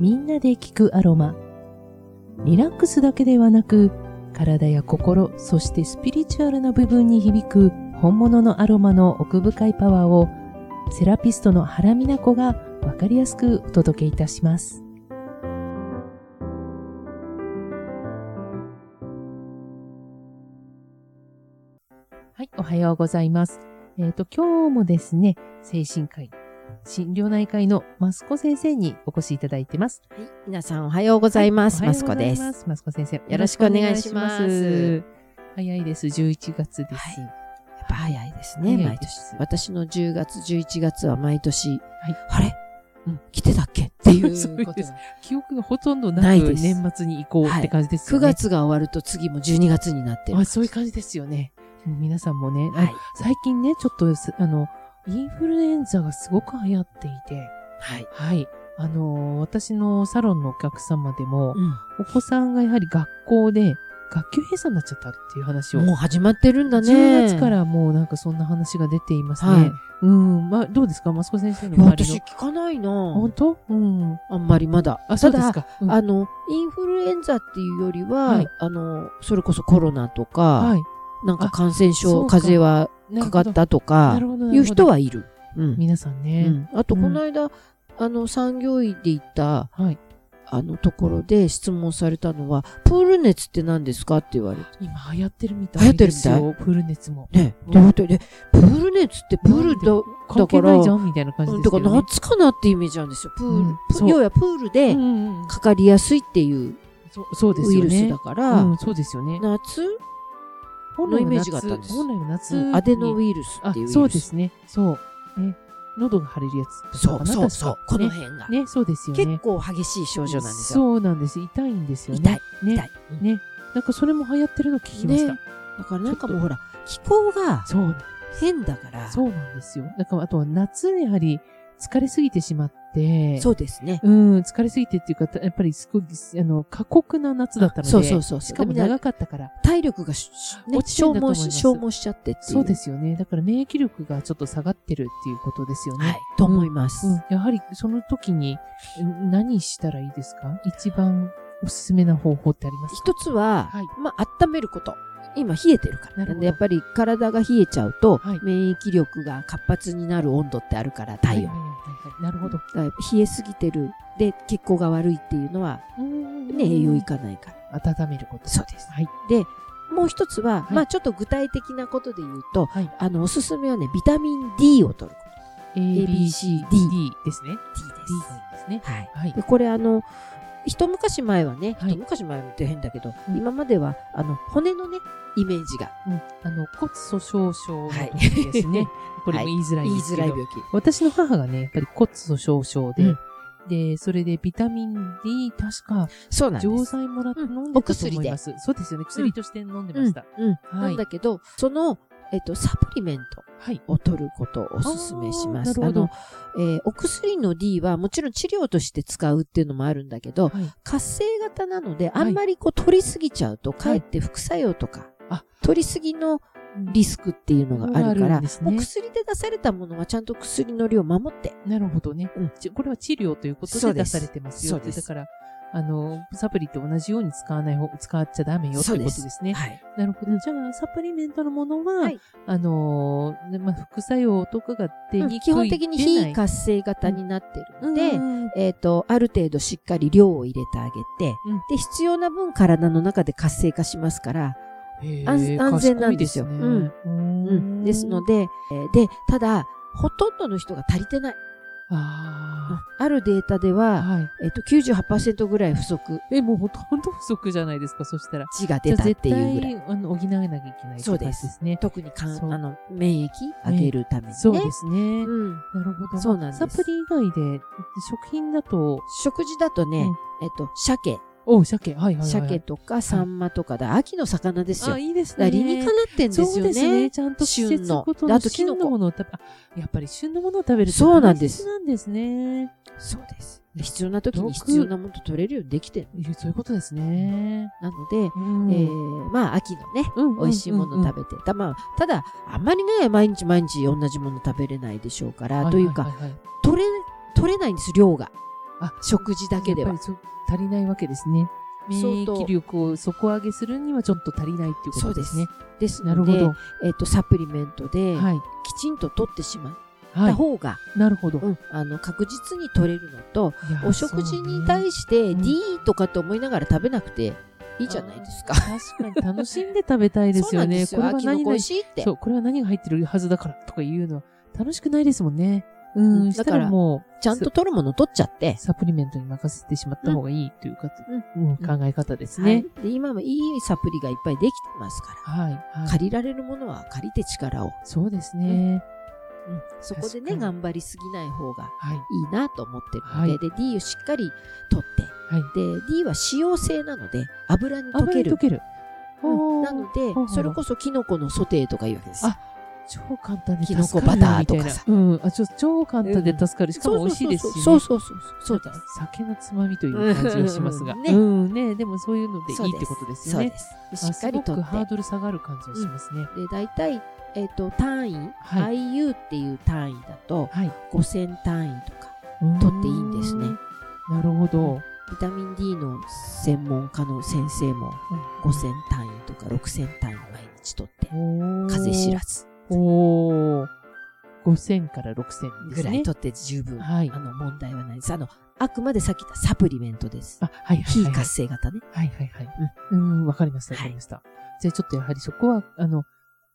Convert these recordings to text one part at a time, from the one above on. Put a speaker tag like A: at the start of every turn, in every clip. A: みんなで聞くアロマ。リラックスだけではなく、体や心、そしてスピリチュアルな部分に響く本物のアロマの奥深いパワーを、セラピストの原美奈子がわかりやすくお届けいたします。はい、おはようございます。えっ、と、今日もですね、精神科医、診療内科医のマスコ先生にお越しいただいてます。
B: はい、皆さんおはようございます。
A: おはよ
B: マ
A: う
B: スコ
A: ござい
B: で。。
A: ますマスコ先生、
B: よろしくお願いしま
A: よ
B: す
A: ろくお願いします早いです。11月です。
B: はいやっぱ早いです
A: 早
B: ね、
A: い
B: 毎年。私の10月、11月は毎年、あれ、
A: うん
B: 来てたっけってい
A: そうう
B: こと
A: で
B: な
A: す
B: んで
A: 記憶がほとんどな
B: ない
A: く
B: です
A: 年末に行こうって感じです
B: す。
A: よ
B: 9
A: ね。
B: 月が終わると次も12月になってる。
A: あ、そういう感じですよね。もう皆さんもね、あ
B: はい。
A: 最近ね、ちょっとす、あの、インフルエンザがすごく流行っていて、
B: はい。
A: はい。あのー私のサロンのお客様でも、
B: う
A: お子さんがやはり学校で学級閉鎖になっちゃったっていう話を、
B: ん、もう始まってるんだね。
A: 10月からもうなんかそんな話が出ていますね。
B: はい。
A: うん、まあ、どうですか、マスコ先生の
B: いや
A: 周り
B: 私
A: の。
B: 聞かないな
A: 本当うん。
B: あんまりまだ。
A: あ、そ
B: た
A: うです
B: だ、
A: か。うん
B: あの、インフルエンザっていうよりは、
A: はい
B: あの、それこそコロナとか、
A: はい。
B: なんか感染
A: あそ
B: 症、
A: うか
B: 風邪は
A: なる
B: か
A: ほ
B: か
A: ど
B: ったと
A: な
B: か
A: る、ほど。
B: いう人
A: は、
B: はいる。うん。
A: 皆さん
B: う
A: ね。
B: んあと、この間、あの、産業医で行った、
A: はい。
B: あの、ところで質問されたのは、プール熱って何ですかって言われて。
A: 今流行ってるみたいですよ。
B: 流行
A: プール熱も。
B: ね
A: うん
B: で、本当にね、プール熱ってプールだ、
A: 関係ないじゃんみたいな感じ
B: うん、
A: で
B: だ
A: す
B: か
A: け
B: ら
A: ど、ね。
B: 夏かなってイメージなんですよ。プール。
A: うん
B: プ
A: そう
B: 要はプールで
A: うんうんうん
B: かかりやすいっていう
A: そうそうです
B: ウイ
A: よ
B: ルス
A: ね
B: だ。から、
A: うん、そうですよね。
B: 夏、
A: 本
B: のイメージがあったんです
A: 本来の夏
B: う
A: に、
B: んアデノウイルスっていうウイル
A: あ、
B: ス。
A: そうですね。そう。ね。喉が腫れるやつと
B: そ
A: か
B: う
A: かな。
B: そうそう。
A: 確か
B: この辺が、
A: ね、そうですよね。
B: 結構激しい症状なんですよ。
A: そうなんです。痛いんですよね。
B: 痛い、
A: ね
B: 痛い。うん
A: ね。なんかそれも流行ってるの聞きました。
B: ねだからなんかもうほら、気候が
A: そうなん
B: 変だから、
A: そうなんですよ。なんかあとは夏やはり疲れすぎてしまって、
B: そうですね。
A: うん、疲れすぎてっていうか、たやっぱりすごい、あの、過酷な夏だったので、
B: そうそうそう。
A: しかも
B: みんな
A: 長かったから、
B: 体力がし、ね
A: 落ちてん
B: 消
A: だと思
B: 耗
A: います
B: し、消耗しちゃってっていう。
A: そうですよね。だから免疫力がちょっと下がってるっていうことですよね。
B: はい。と思います。
A: うん、やはりその時にん何したらいいですか一番おすすめな方法ってありますか
B: 一つは、
A: はい
B: まあ、温めること。今、冷えてるから。
A: なるほど
B: んでやっぱり体が冷えちゃうと、
A: はい
B: 免疫力が活発になる温度ってあるから、体温。
A: はいはいはいはいなるほど。
B: だから冷えすぎてる。で、血行が悪いっていうのは、ね、栄養いかないから。
A: 温めること。
B: そうです
A: はい。
B: で、もう一つは、
A: はい
B: まあ、ちょっと具体的なことで言うと、
A: はい
B: あの、おすすめはね、ビタミン D を取るこ
A: A, B, C, D, D ですね。
B: と。D で
A: D ですね。
B: す。はい。
A: はい
B: で。これあの一昔前はね、
A: はい
B: 一昔前はって変だけど、
A: うん
B: 今まではあの骨のねイメージが
A: うんあの、骨粗鬆症の時ですね。 これも言いづらい
B: 言
A: ん
B: い
A: です
B: づ
A: け
B: らい
A: ど。
B: 病気。
A: 私の母がね、やっぱり骨粗鬆症で、
B: うん
A: で、それでビタミン D、確か、
B: そうなんで
A: 錠
B: す。
A: 剤もらって
B: うん
A: 飲んでたと思います。そうですよね。薬として飲んでました。
B: うん、
A: はい
B: なんだけど、その、えっと、サプリメン
A: はい。
B: トを取ることをおすすめしま
A: あー
B: す。
A: なるほど
B: の、えーお薬の D はもちろん治療として使うっていうのもあるんだけど、
A: はい
B: 活性型なので、
A: い
B: あんまりこう取りすぎちゃうと、かえって副作用とか、
A: あ
B: 取りすぎのリスクっていうのがあ
A: の
B: るか
A: があ
B: ら、
A: るんですね
B: もう薬で出されたものはちゃんと薬の量を守って、
A: なるほどね、
B: うん
A: ちこれは治療ということ
B: そ
A: で
B: う
A: 出
B: です
A: されてますよって。
B: そうです
A: だから、あの、サプリと同じように使わない方、使っちゃダメよって
B: そ
A: こと
B: うで
A: ですすね。
B: はい。
A: なるほど。じゃあ、サプリメントのものは、
B: はい
A: あのーねまあ、副作用とかが出にくい、
B: 基本的に
A: 出ない
B: 非活性型になってる
A: うん
B: ので、えっ、と、ある程度しっかり量を入れてあげて、
A: うん
B: で、必要な分体の中で活性化しますから、
A: へー
B: 安安全なんですよ
A: 賢いね
B: うん
A: うん
B: ですので、えーで、ただ、ほとんどの人が足りてない。
A: あ
B: あるデータで
A: あ。
B: は、
A: はい。
B: えっ、と、98%ぐらい不足
A: え、もうほとんど不足じゃないですか、そしたら。
B: 値が出たっていうぐらい。
A: じゃあ絶対あの補わなきゃいけないって感じですね。
B: 特にかん
A: そう
B: あの免疫上げるためにね。
A: そうですね。
B: うん。
A: なるほど。
B: そうなんです
A: サプリ以外で、食品だと、
B: 食事だとね、
A: うん
B: えっと、鮭、
A: お、鮭、はいはいはい。
B: 鮭とかサンマとかだ、秋の魚ですよ。
A: あ、いいです
B: だから
A: ね。
B: 理にかなってんですよね。
A: そうですね。ちゃんと季節ごと
B: 旬の
A: の
B: あとキノ
A: 旬
B: コ
A: のものを食べ、あやっぱり旬のものを食べるって
B: そうなんです
A: 大切なんですね。
B: そうです。必要な時に
A: 毒
B: 必要なもの取れるようにできてる。
A: いやそういうことですね。
B: なので、
A: うん
B: えー、まあ、秋のね、
A: うん
B: 美味しいもの食べて、たまあ、ただ、あんまりね、毎日毎日同じもの食べれないでしょうから、というか、
A: はははは
B: 取れ、取れないんです、量が。
A: あ
B: 食事だけで
A: や
B: は
A: っぱりそう足りないわけですね。免
B: 相当
A: 疫力を底上げするにはちょっと足りないっていうことですね。
B: です
A: な
B: の
A: る
B: で
A: ほど。
B: えっとサプリメントで
A: はい。
B: きちんと取ってしまっ
A: は
B: た
A: い。
B: 方が、
A: なるほど。
B: うんあの確実に取れるのと
A: いや
B: お食事に対して
A: う
B: D
A: ね
B: とかと思いながら食べなくていいじゃないですか。
A: そうね確かに楽しんで食べたいです
B: そうな
A: よ
B: んで
A: ね。
B: すよ。
A: これは
B: 秋の
A: 何
B: 子美
A: 々
B: 味しいって。
A: そう、これは何が入ってるはずだからとかいうのは楽しくないですもんね。うん、
B: うん
A: した
B: だからら
A: もう、
B: ちゃんと取るもの取っちゃって。
A: サプリメントに任せてしまった方がいいというか、うん考え方です
B: はい
A: ね。
B: で今もいいサプリがいっぱいできてますから。
A: はい、はい。
B: 借りられるものは借りて力を。
A: そうですね。
B: そこで
A: 確か
B: ね、
A: に
B: 頑張りすぎない方が
A: はい、
B: いいなと思ってるの
A: は
B: で、
A: い
B: で、D をしっかり取っ
A: はい。
B: て、で、D は脂溶性なので、油に溶
A: 油
B: け
A: に
B: る
A: 溶。ける。
B: うん
A: おー
B: なので
A: ほうほう、
B: それこそキノコのソテーとかいうわけですよ
A: あ。超簡単で
B: キ
A: 助
B: ノコ
A: かる
B: バター
A: みたいな
B: とかさ
A: うん。あ、ちょ、超簡単で助かる。しかも美味しいですし、ね。
B: そうそうそうそう。そうです。
A: 酒のつまみという感じがしますが。
B: ね
A: うん、ね。でもそういうのでいいってことですよ
B: そう
A: ね
B: で。す。でしっかり
A: あす
B: と
A: ごく
B: って
A: ハー。ドル下がる感じがしますね。
B: で、大体、えっと、単位、
A: は
B: IU っていう単位だと、
A: はい。
B: 5000単位とか、
A: うん
B: 取っていいんですね。
A: なるほど。
B: ビタミン D の専門家の先生も、5000単位とか6000単位毎日取って、風
A: 風
B: 邪知らず
A: おー。5000から6000ですね。
B: ぐらい取って十分、
A: はい
B: あの問題はないです。あの、あくまでさっき言ったサプリメントです。
A: あ、はいはい
B: 非
A: はい。
B: 活性型ね。
A: はいはいはい。うん、わかりました、わ
B: は
A: か
B: い
A: りました。じゃあちょっとやはりそこは、あの、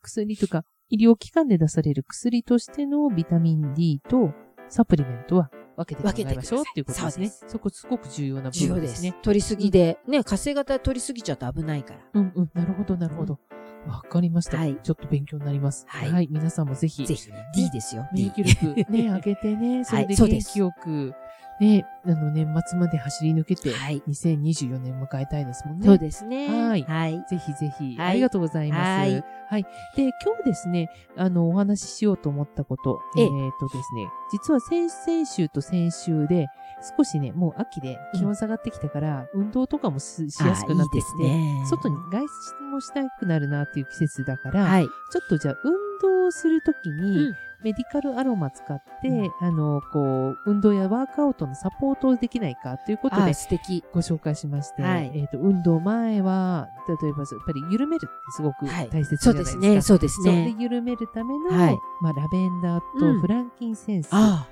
A: 薬とか、医療機関で出される薬としてのビタミン D とサプリメントは分けて考えましょう
B: 分
A: っていう
B: けてく
A: こ
B: だ
A: と
B: さい
A: ですね。
B: そ
A: そこすごく重要な部
B: 重要
A: 分
B: で。
A: ですすね。
B: 取りすぎで、ね、活性型取りすぎちゃうと危ないから。
A: うんうん、なるほど、なるほど。わかりました。
B: はい
A: ちょっと勉強になります。
B: はい
A: 皆さんもぜひ、
B: ぜひね、D ですよ。
A: 免
B: D。
A: 疫力ね、上げてね、それで
B: そう
A: 元
B: です
A: 気よく、ね、あの、年末まで走り抜けて、
B: はい。
A: 2024年迎えたいですもんね。
B: そうですね。
A: はい
B: はい。
A: ぜひぜひ、
B: はい
A: ありがとうございます。は
B: はいい。
A: で、今日ですね、あの、お話ししようと思ったこと、え
B: ええ
A: っ、とですね、実は先々週と先週で、少しね、もう秋で気温下がってきたから、運動とかもししやすくなってきて、
B: あいいですね。
A: 外に。外出もしたくなるなっていう季節だから、
B: はい。
A: ちょっとじゃあ運動をするときに、
B: うん
A: メディカルアロマ使って、
B: うん
A: あの、こう、運動やワークアウトのサポートをできないかということ
B: あ
A: で
B: ー、、素敵。
A: ご紹介しまして、
B: はい
A: えっ、と、運動前は、例えば、やっぱり緩めるってすごく
B: はい
A: 大切じ
B: そ
A: ゃ
B: う
A: ないで
B: で
A: すすか。
B: ね。そうですね
A: そ。で緩めるための、
B: はい
A: まあ、ラベンダー
B: う
A: と
B: ん
A: フランキンセンス、うん
B: あ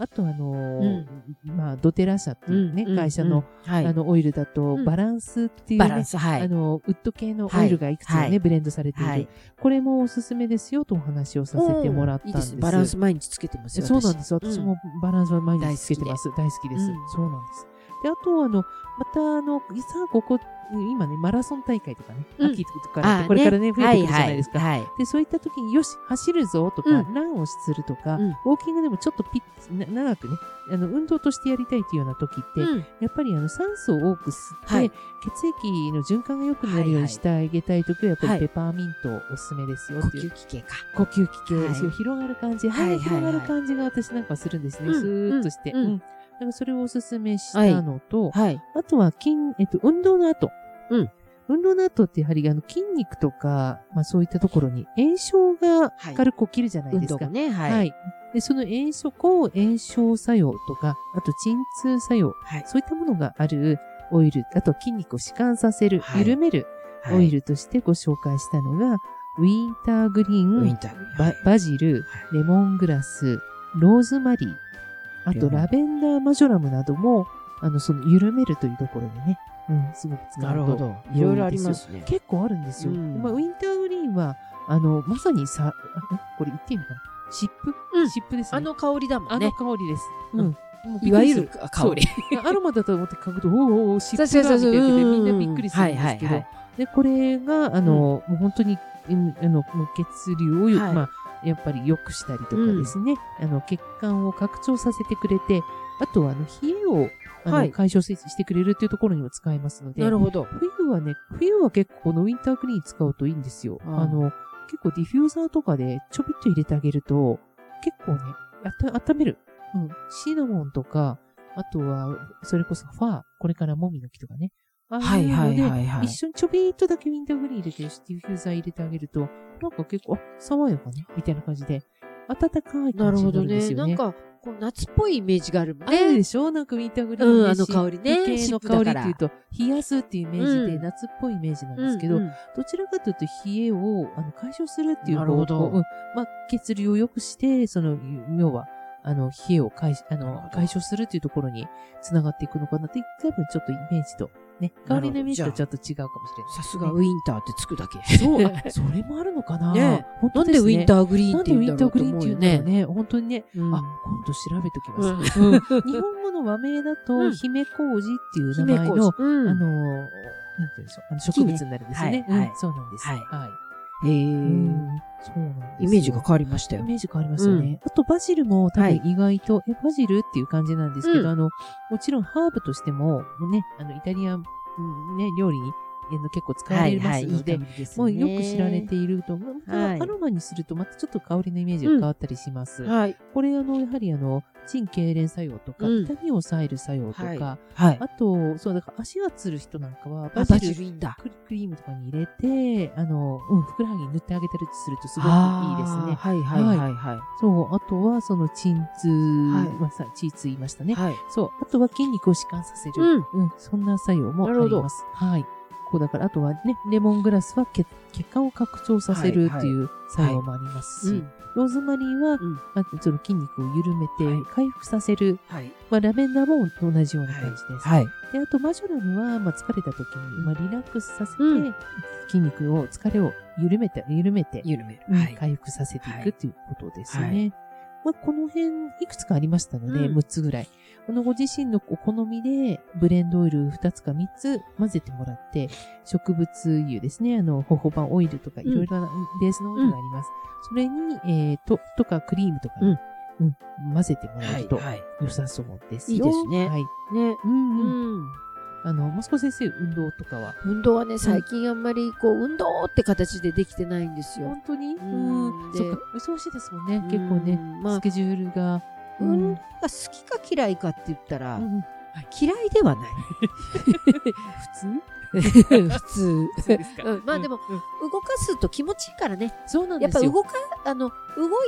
A: あと、あのー
B: うん
A: まあ、ドテラ社って
B: あ。
A: いうね、会社の,、、
B: うんはい
A: あのオイルだと、
B: うん
A: バランスっていう、ね
B: バランス、は
A: あ
B: い。
A: の、ウッド系のオイルがいくつもね、
B: はいはい
A: ブレンドされている、
B: はい。
A: これもおすすめですよとお話をさせてもらったんです。
B: いいバランス毎日つけてますよ。
A: そうなん
B: 私
A: です。私
B: うん
A: もバランスは毎日つけてます。大好きです、
B: うん
A: そうなんです。で、あと、あの、また、あの、実はここ、今ね、マラソン大会とかね、
B: うん
A: 秋とか
B: あ
A: ら
B: ー
A: ね、これからね、増えてくるじゃないですか。
B: はいはい
A: で、そういった時に、よし、走るぞとか、
B: うん
A: ランをするとか、
B: うん
A: ウォーキングでもちょっとピッ、な長くね、あの、運動としてやりたいというような時って、
B: はいうん
A: やっぱりあの、酸素を多く吸って、
B: はい
A: 血液の循環が良くなるようにしてあげたい時は、やっぱ
B: は
A: り
B: い
A: ペパーミントおすすめですよ
B: 呼
A: っていう。
B: 吸器系か。
A: 呼吸器系、
B: はい
A: そういう広がる感じ、
B: はい
A: は、
B: はいい
A: 広がる感じが私なんかはするんですね。
B: うん
A: スーッとして。
B: うん
A: うん。だからそれをおすすめしたのと、
B: はい。
A: あとは筋、えっと、運動の後。
B: うん。
A: 運動の後ってやはりあの筋肉とか、まあそういったところに炎症が
B: はい
A: 軽く起きるじゃない
B: 運
A: です
B: 動
A: か。
B: もね、
A: は、
B: はいい。
A: で、その炎症、抗炎症作用とか、あと鎮痛作用、
B: はい
A: そういったものがあるオイル、あと筋肉を弛緩させる、
B: はい
A: 緩めるオイルとしてご紹介したのが、ウィンターグリー
B: ウ
A: ン
B: ィンターグリーン。は
A: バ
B: い
A: バジル、レモングラス、ローズマリー、あ
B: レ
A: と
B: モン
A: ラベンダーマジョラムなども、あの、その、緩めるというところでね、うん、すごく使うと。
B: なるほど。
A: い
B: い
A: ろいろ
B: ろいろ
A: あ
B: あ
A: り
B: り
A: ま
B: ますね。
A: 結構あるんですよ。
B: うん
A: まあ、ウィンターグリーンは、あの、まさにさ、あえこれ言っていいのかな湿布、
B: うん
A: 湿布ですね。
B: あ、の香りだも
A: あ
B: ん
A: の
B: ね。
A: 香りです。
B: うん
A: うん。もうびっ
B: い
A: く
B: わ
A: り
B: ゆ
A: す
B: る香り。
A: アロマだと思って嗅ぐと、おーおーおー、湿布
B: そうそう
A: だ
B: そう
A: みた
B: そ
A: いうなでみんなびっくりするんですけ
B: うんうんうんはいはいは
A: どで、
B: い、
A: これが、あの、もう本当に、うんあの、もう血流をよ、
B: はい
A: まあ、やっぱり良くしたりとかですね、あの、血管を拡張させてくれて、あとは、あの、冷えを、あの、
B: はい
A: 解消ししてくれるっていうところにも使えますので、
B: なるほど。
A: 冬はね、冬は結構このウィンタークリーン使うといいんですよ。
B: うん
A: あの、結構ディフューザーとかでちょびっと入れてあげると、結構ね、あた、温める。うん。シナモンとか、あとは、それこそファー、これからモミの木とかね。ああ
B: は
A: う
B: い
A: の
B: はい
A: で
B: はいはい。
A: 一緒にちょびっとだけウィンターグリーン入れて、ディフューザー入れてあげると、なんか結構、あ、爽やかね、みたいな感じで、暖かい
B: な
A: 感
B: る
A: じ
B: ほ
A: にな
B: ど
A: るんで
B: ね。
A: すよ
B: な
A: ね。
B: んか、こう夏っぽいイメージがあるもん
A: ある
B: ね。
A: でしょなんかミンタグリー
B: うん、
A: ね
B: あの香りね。
A: 湿気系の
B: 湿布
A: 香り
B: だ
A: って
B: から
A: いうと、冷やすっていうイメージで、
B: うん
A: 夏っぽいイメージなん
B: うん
A: ですけど、
B: うん
A: どちらかというと冷えをあの解消するっていう
B: なるほど
A: 方向うんまあ、血流を良くして、その、要は、あの、冷えを解あ
B: なるほ
A: の
B: ど
A: 解消するっていうところにつながっていくのかなって、多分ちょっとイメージと、ね、香りのイメージとちょっと違うかもしれない。
B: さすがウィンターってつくだけ。
A: そう、あそれもあるのかな、
B: ね
A: 本当
B: なん
A: です
B: で
A: ね
B: ウィンターグリーン
A: な
B: っ
A: ん
B: て
A: で
B: 言
A: ウ
B: う
A: ィ
B: んだ
A: ンター
B: ろうと
A: グリーンっ
B: 思
A: てい
B: うよ
A: うんだ
B: ね
A: ろう。ね。本当にね、
B: うん
A: あ、今度調べときます。
B: うん
A: うん日本語の和名だ
B: う
A: と、
B: ん
A: 姫麹っていう名
B: 姫
A: 前
B: 麹
A: の、
B: うん
A: あのー、なんていうんでしょう、あの植物になるんですよね。
B: 木ねはい
A: うんそうなんです。
B: はい
A: はい。
B: へ
A: うん
B: ー
A: そうなんですよ
B: イメージが変わりました
A: イ
B: よ。
A: メージ変わりますよね。あと、バジルも多
B: は
A: 分
B: い
A: 意外と、え、バジルっていう感じなんですけ
B: うん
A: ど、あの、もちろんハーブとしても、ね、あの、イタリアン、うんね、料理に、あの結構使われますので、もうよく知られていると、また
B: はい
A: アロマにするとまたちょっと香りのイメージが変わったりします。
B: はい。
A: これあの、やはりあの、腎痙攣作用とか、
B: うん
A: 痛みを抑える作用とか、
B: はいはい。
A: あと、そう、だから足がつる人なんかは、
B: あ
A: バ
B: バ
A: ジ
B: ジ
A: ル
B: ルいいんだ。
A: クリクリームとかに入れて、あの、うん、ふくらはぎに塗ってあげたりするとすごくいいですね
B: あ。ーはいはいはいはい。
A: そう、あとはその鎮痛、
B: はい
A: まあさ、鎮痛言いましたね。
B: はい。
A: そう、あとは筋肉を弛緩させる。
B: うん。
A: うん、そんな作用もあります。はい。こうだから、あとはね、レモングラスは血血管を拡張させる
B: はいはい
A: っていう作用もありますし、
B: うん
A: ローズマリーは、
B: ん
A: まあ、その筋肉を緩め
B: は
A: て回復させる、
B: はい。
A: まあ、ラベンダーも同じような感じです。
B: はい。
A: であとマジョラムは、まあ、疲れた時に、
B: ん
A: まあ、リラックスさせて、
B: うん
A: 筋肉を疲れを緩めて緩めて、
B: 緩める。
A: うん
B: はい。
A: 回復させてい
B: はい
A: くということですね。
B: はい
A: まあ、この辺いくつかありましたので、
B: うん
A: 6つぐらい。このご自身のお好みでブレンドオイル2つか3つ混ぜてもらって、植物油ですね、あの、ホホバンオイルとかい
B: うん
A: ろいろなベースのオイルがあります。それに、えー、と、とかクリームとかに、うん混ぜてもら
B: は
A: う
B: い。
A: と
B: はい。
A: 良さそうですよ。
B: いいですね
A: はい。
B: ね。
A: うん
B: う
A: うん。
B: ん。
A: あの、マスコ先生、運動とかは
B: 運動はね、最近あんまり、こう、運動って形でできてないんですよ。
A: 本当に
B: うん
A: そっか、忙しいですもんね、結構ね。
B: うん。まあ
A: ス、ケジュールが。
B: 運動が好きか嫌いかって言ったら、
A: うん
B: 嫌いではない。 普通普通。 うんまあでも、、
A: うん
B: 動かすと気持ちいいからね。
A: そうなん
B: や
A: で
B: っぱ
A: すよ。
B: 動か、あの、動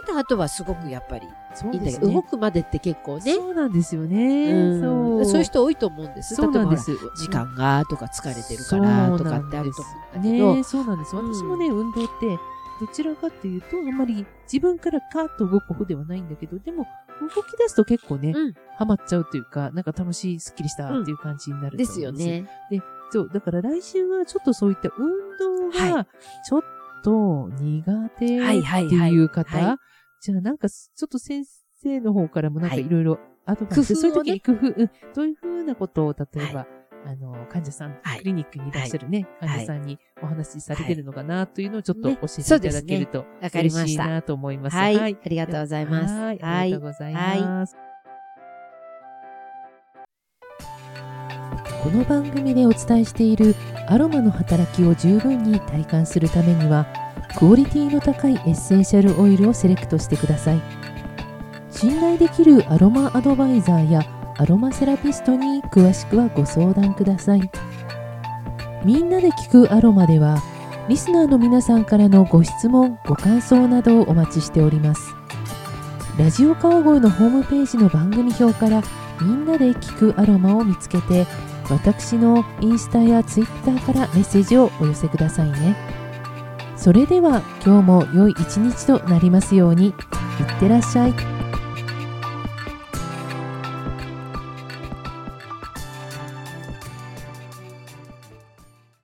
B: いた後はすごくやっぱり
A: そう
B: いいんだ
A: で
B: け
A: す
B: ど、動
A: ね。
B: くまでって結構ね。
A: そうなんですよね。
B: う
A: そ
B: ん
A: う。
B: そういう人多いと思うんです。
A: そうなんで
B: 例え
A: す。
B: ばほら時間がとか疲れてるからとかってあると思うんだけど、
A: ね、そうなんです。
B: うん
A: 私もね、運動って、どちらかというと、あんまり自分からカーッと動く方ではないんだけど、でも、動き出すと結構ね
B: うん、
A: ハマっちゃうというか、なんか楽しい、スッキリしたっていう感じになると思うん
B: ですよ。ね。
A: そう、だから来週はちょっとそういった運動
B: は
A: が、ちょっと苦手って
B: はいはいはい
A: いう方、
B: はい
A: じゃあなんかちょっと先生の方からもなんか
B: はい
A: いろいろアドバイス、
B: 工夫を
A: そういう時
B: ね
A: に工夫、うんどういうふうなことを例えば、あの、患者さん、
B: はい
A: クリニックにいらっしゃるね、
B: はい
A: 患者さんにお話しされてるのかなというのをちょっと
B: ね
A: 教えて
B: そう
A: い
B: で
A: ただ
B: す
A: け
B: ね
A: ると
B: わかりま
A: 嬉し
B: し
A: い
B: た。
A: なと思います。
B: はい。ありがとうございます。
A: はい、ありがとうございます。この番組でお伝えしているアロマの働きを十分に体感するためにはクオリティの高いエッセンシャルオイルをセレクトしてください信頼できるアロマアドバイザーやアロマセラピストに詳しくはご相談くださいみんなで聞くアロマではリスナーの皆さんからのご質問ご感想などをお待ちしておりますラジオ川越のホームページの番組表からみんなで聞くアロマを見つけて私のインスタやツイッターからメッセージをお寄せくださいねそれでは今日も良い一日となりますようにいってらっしゃい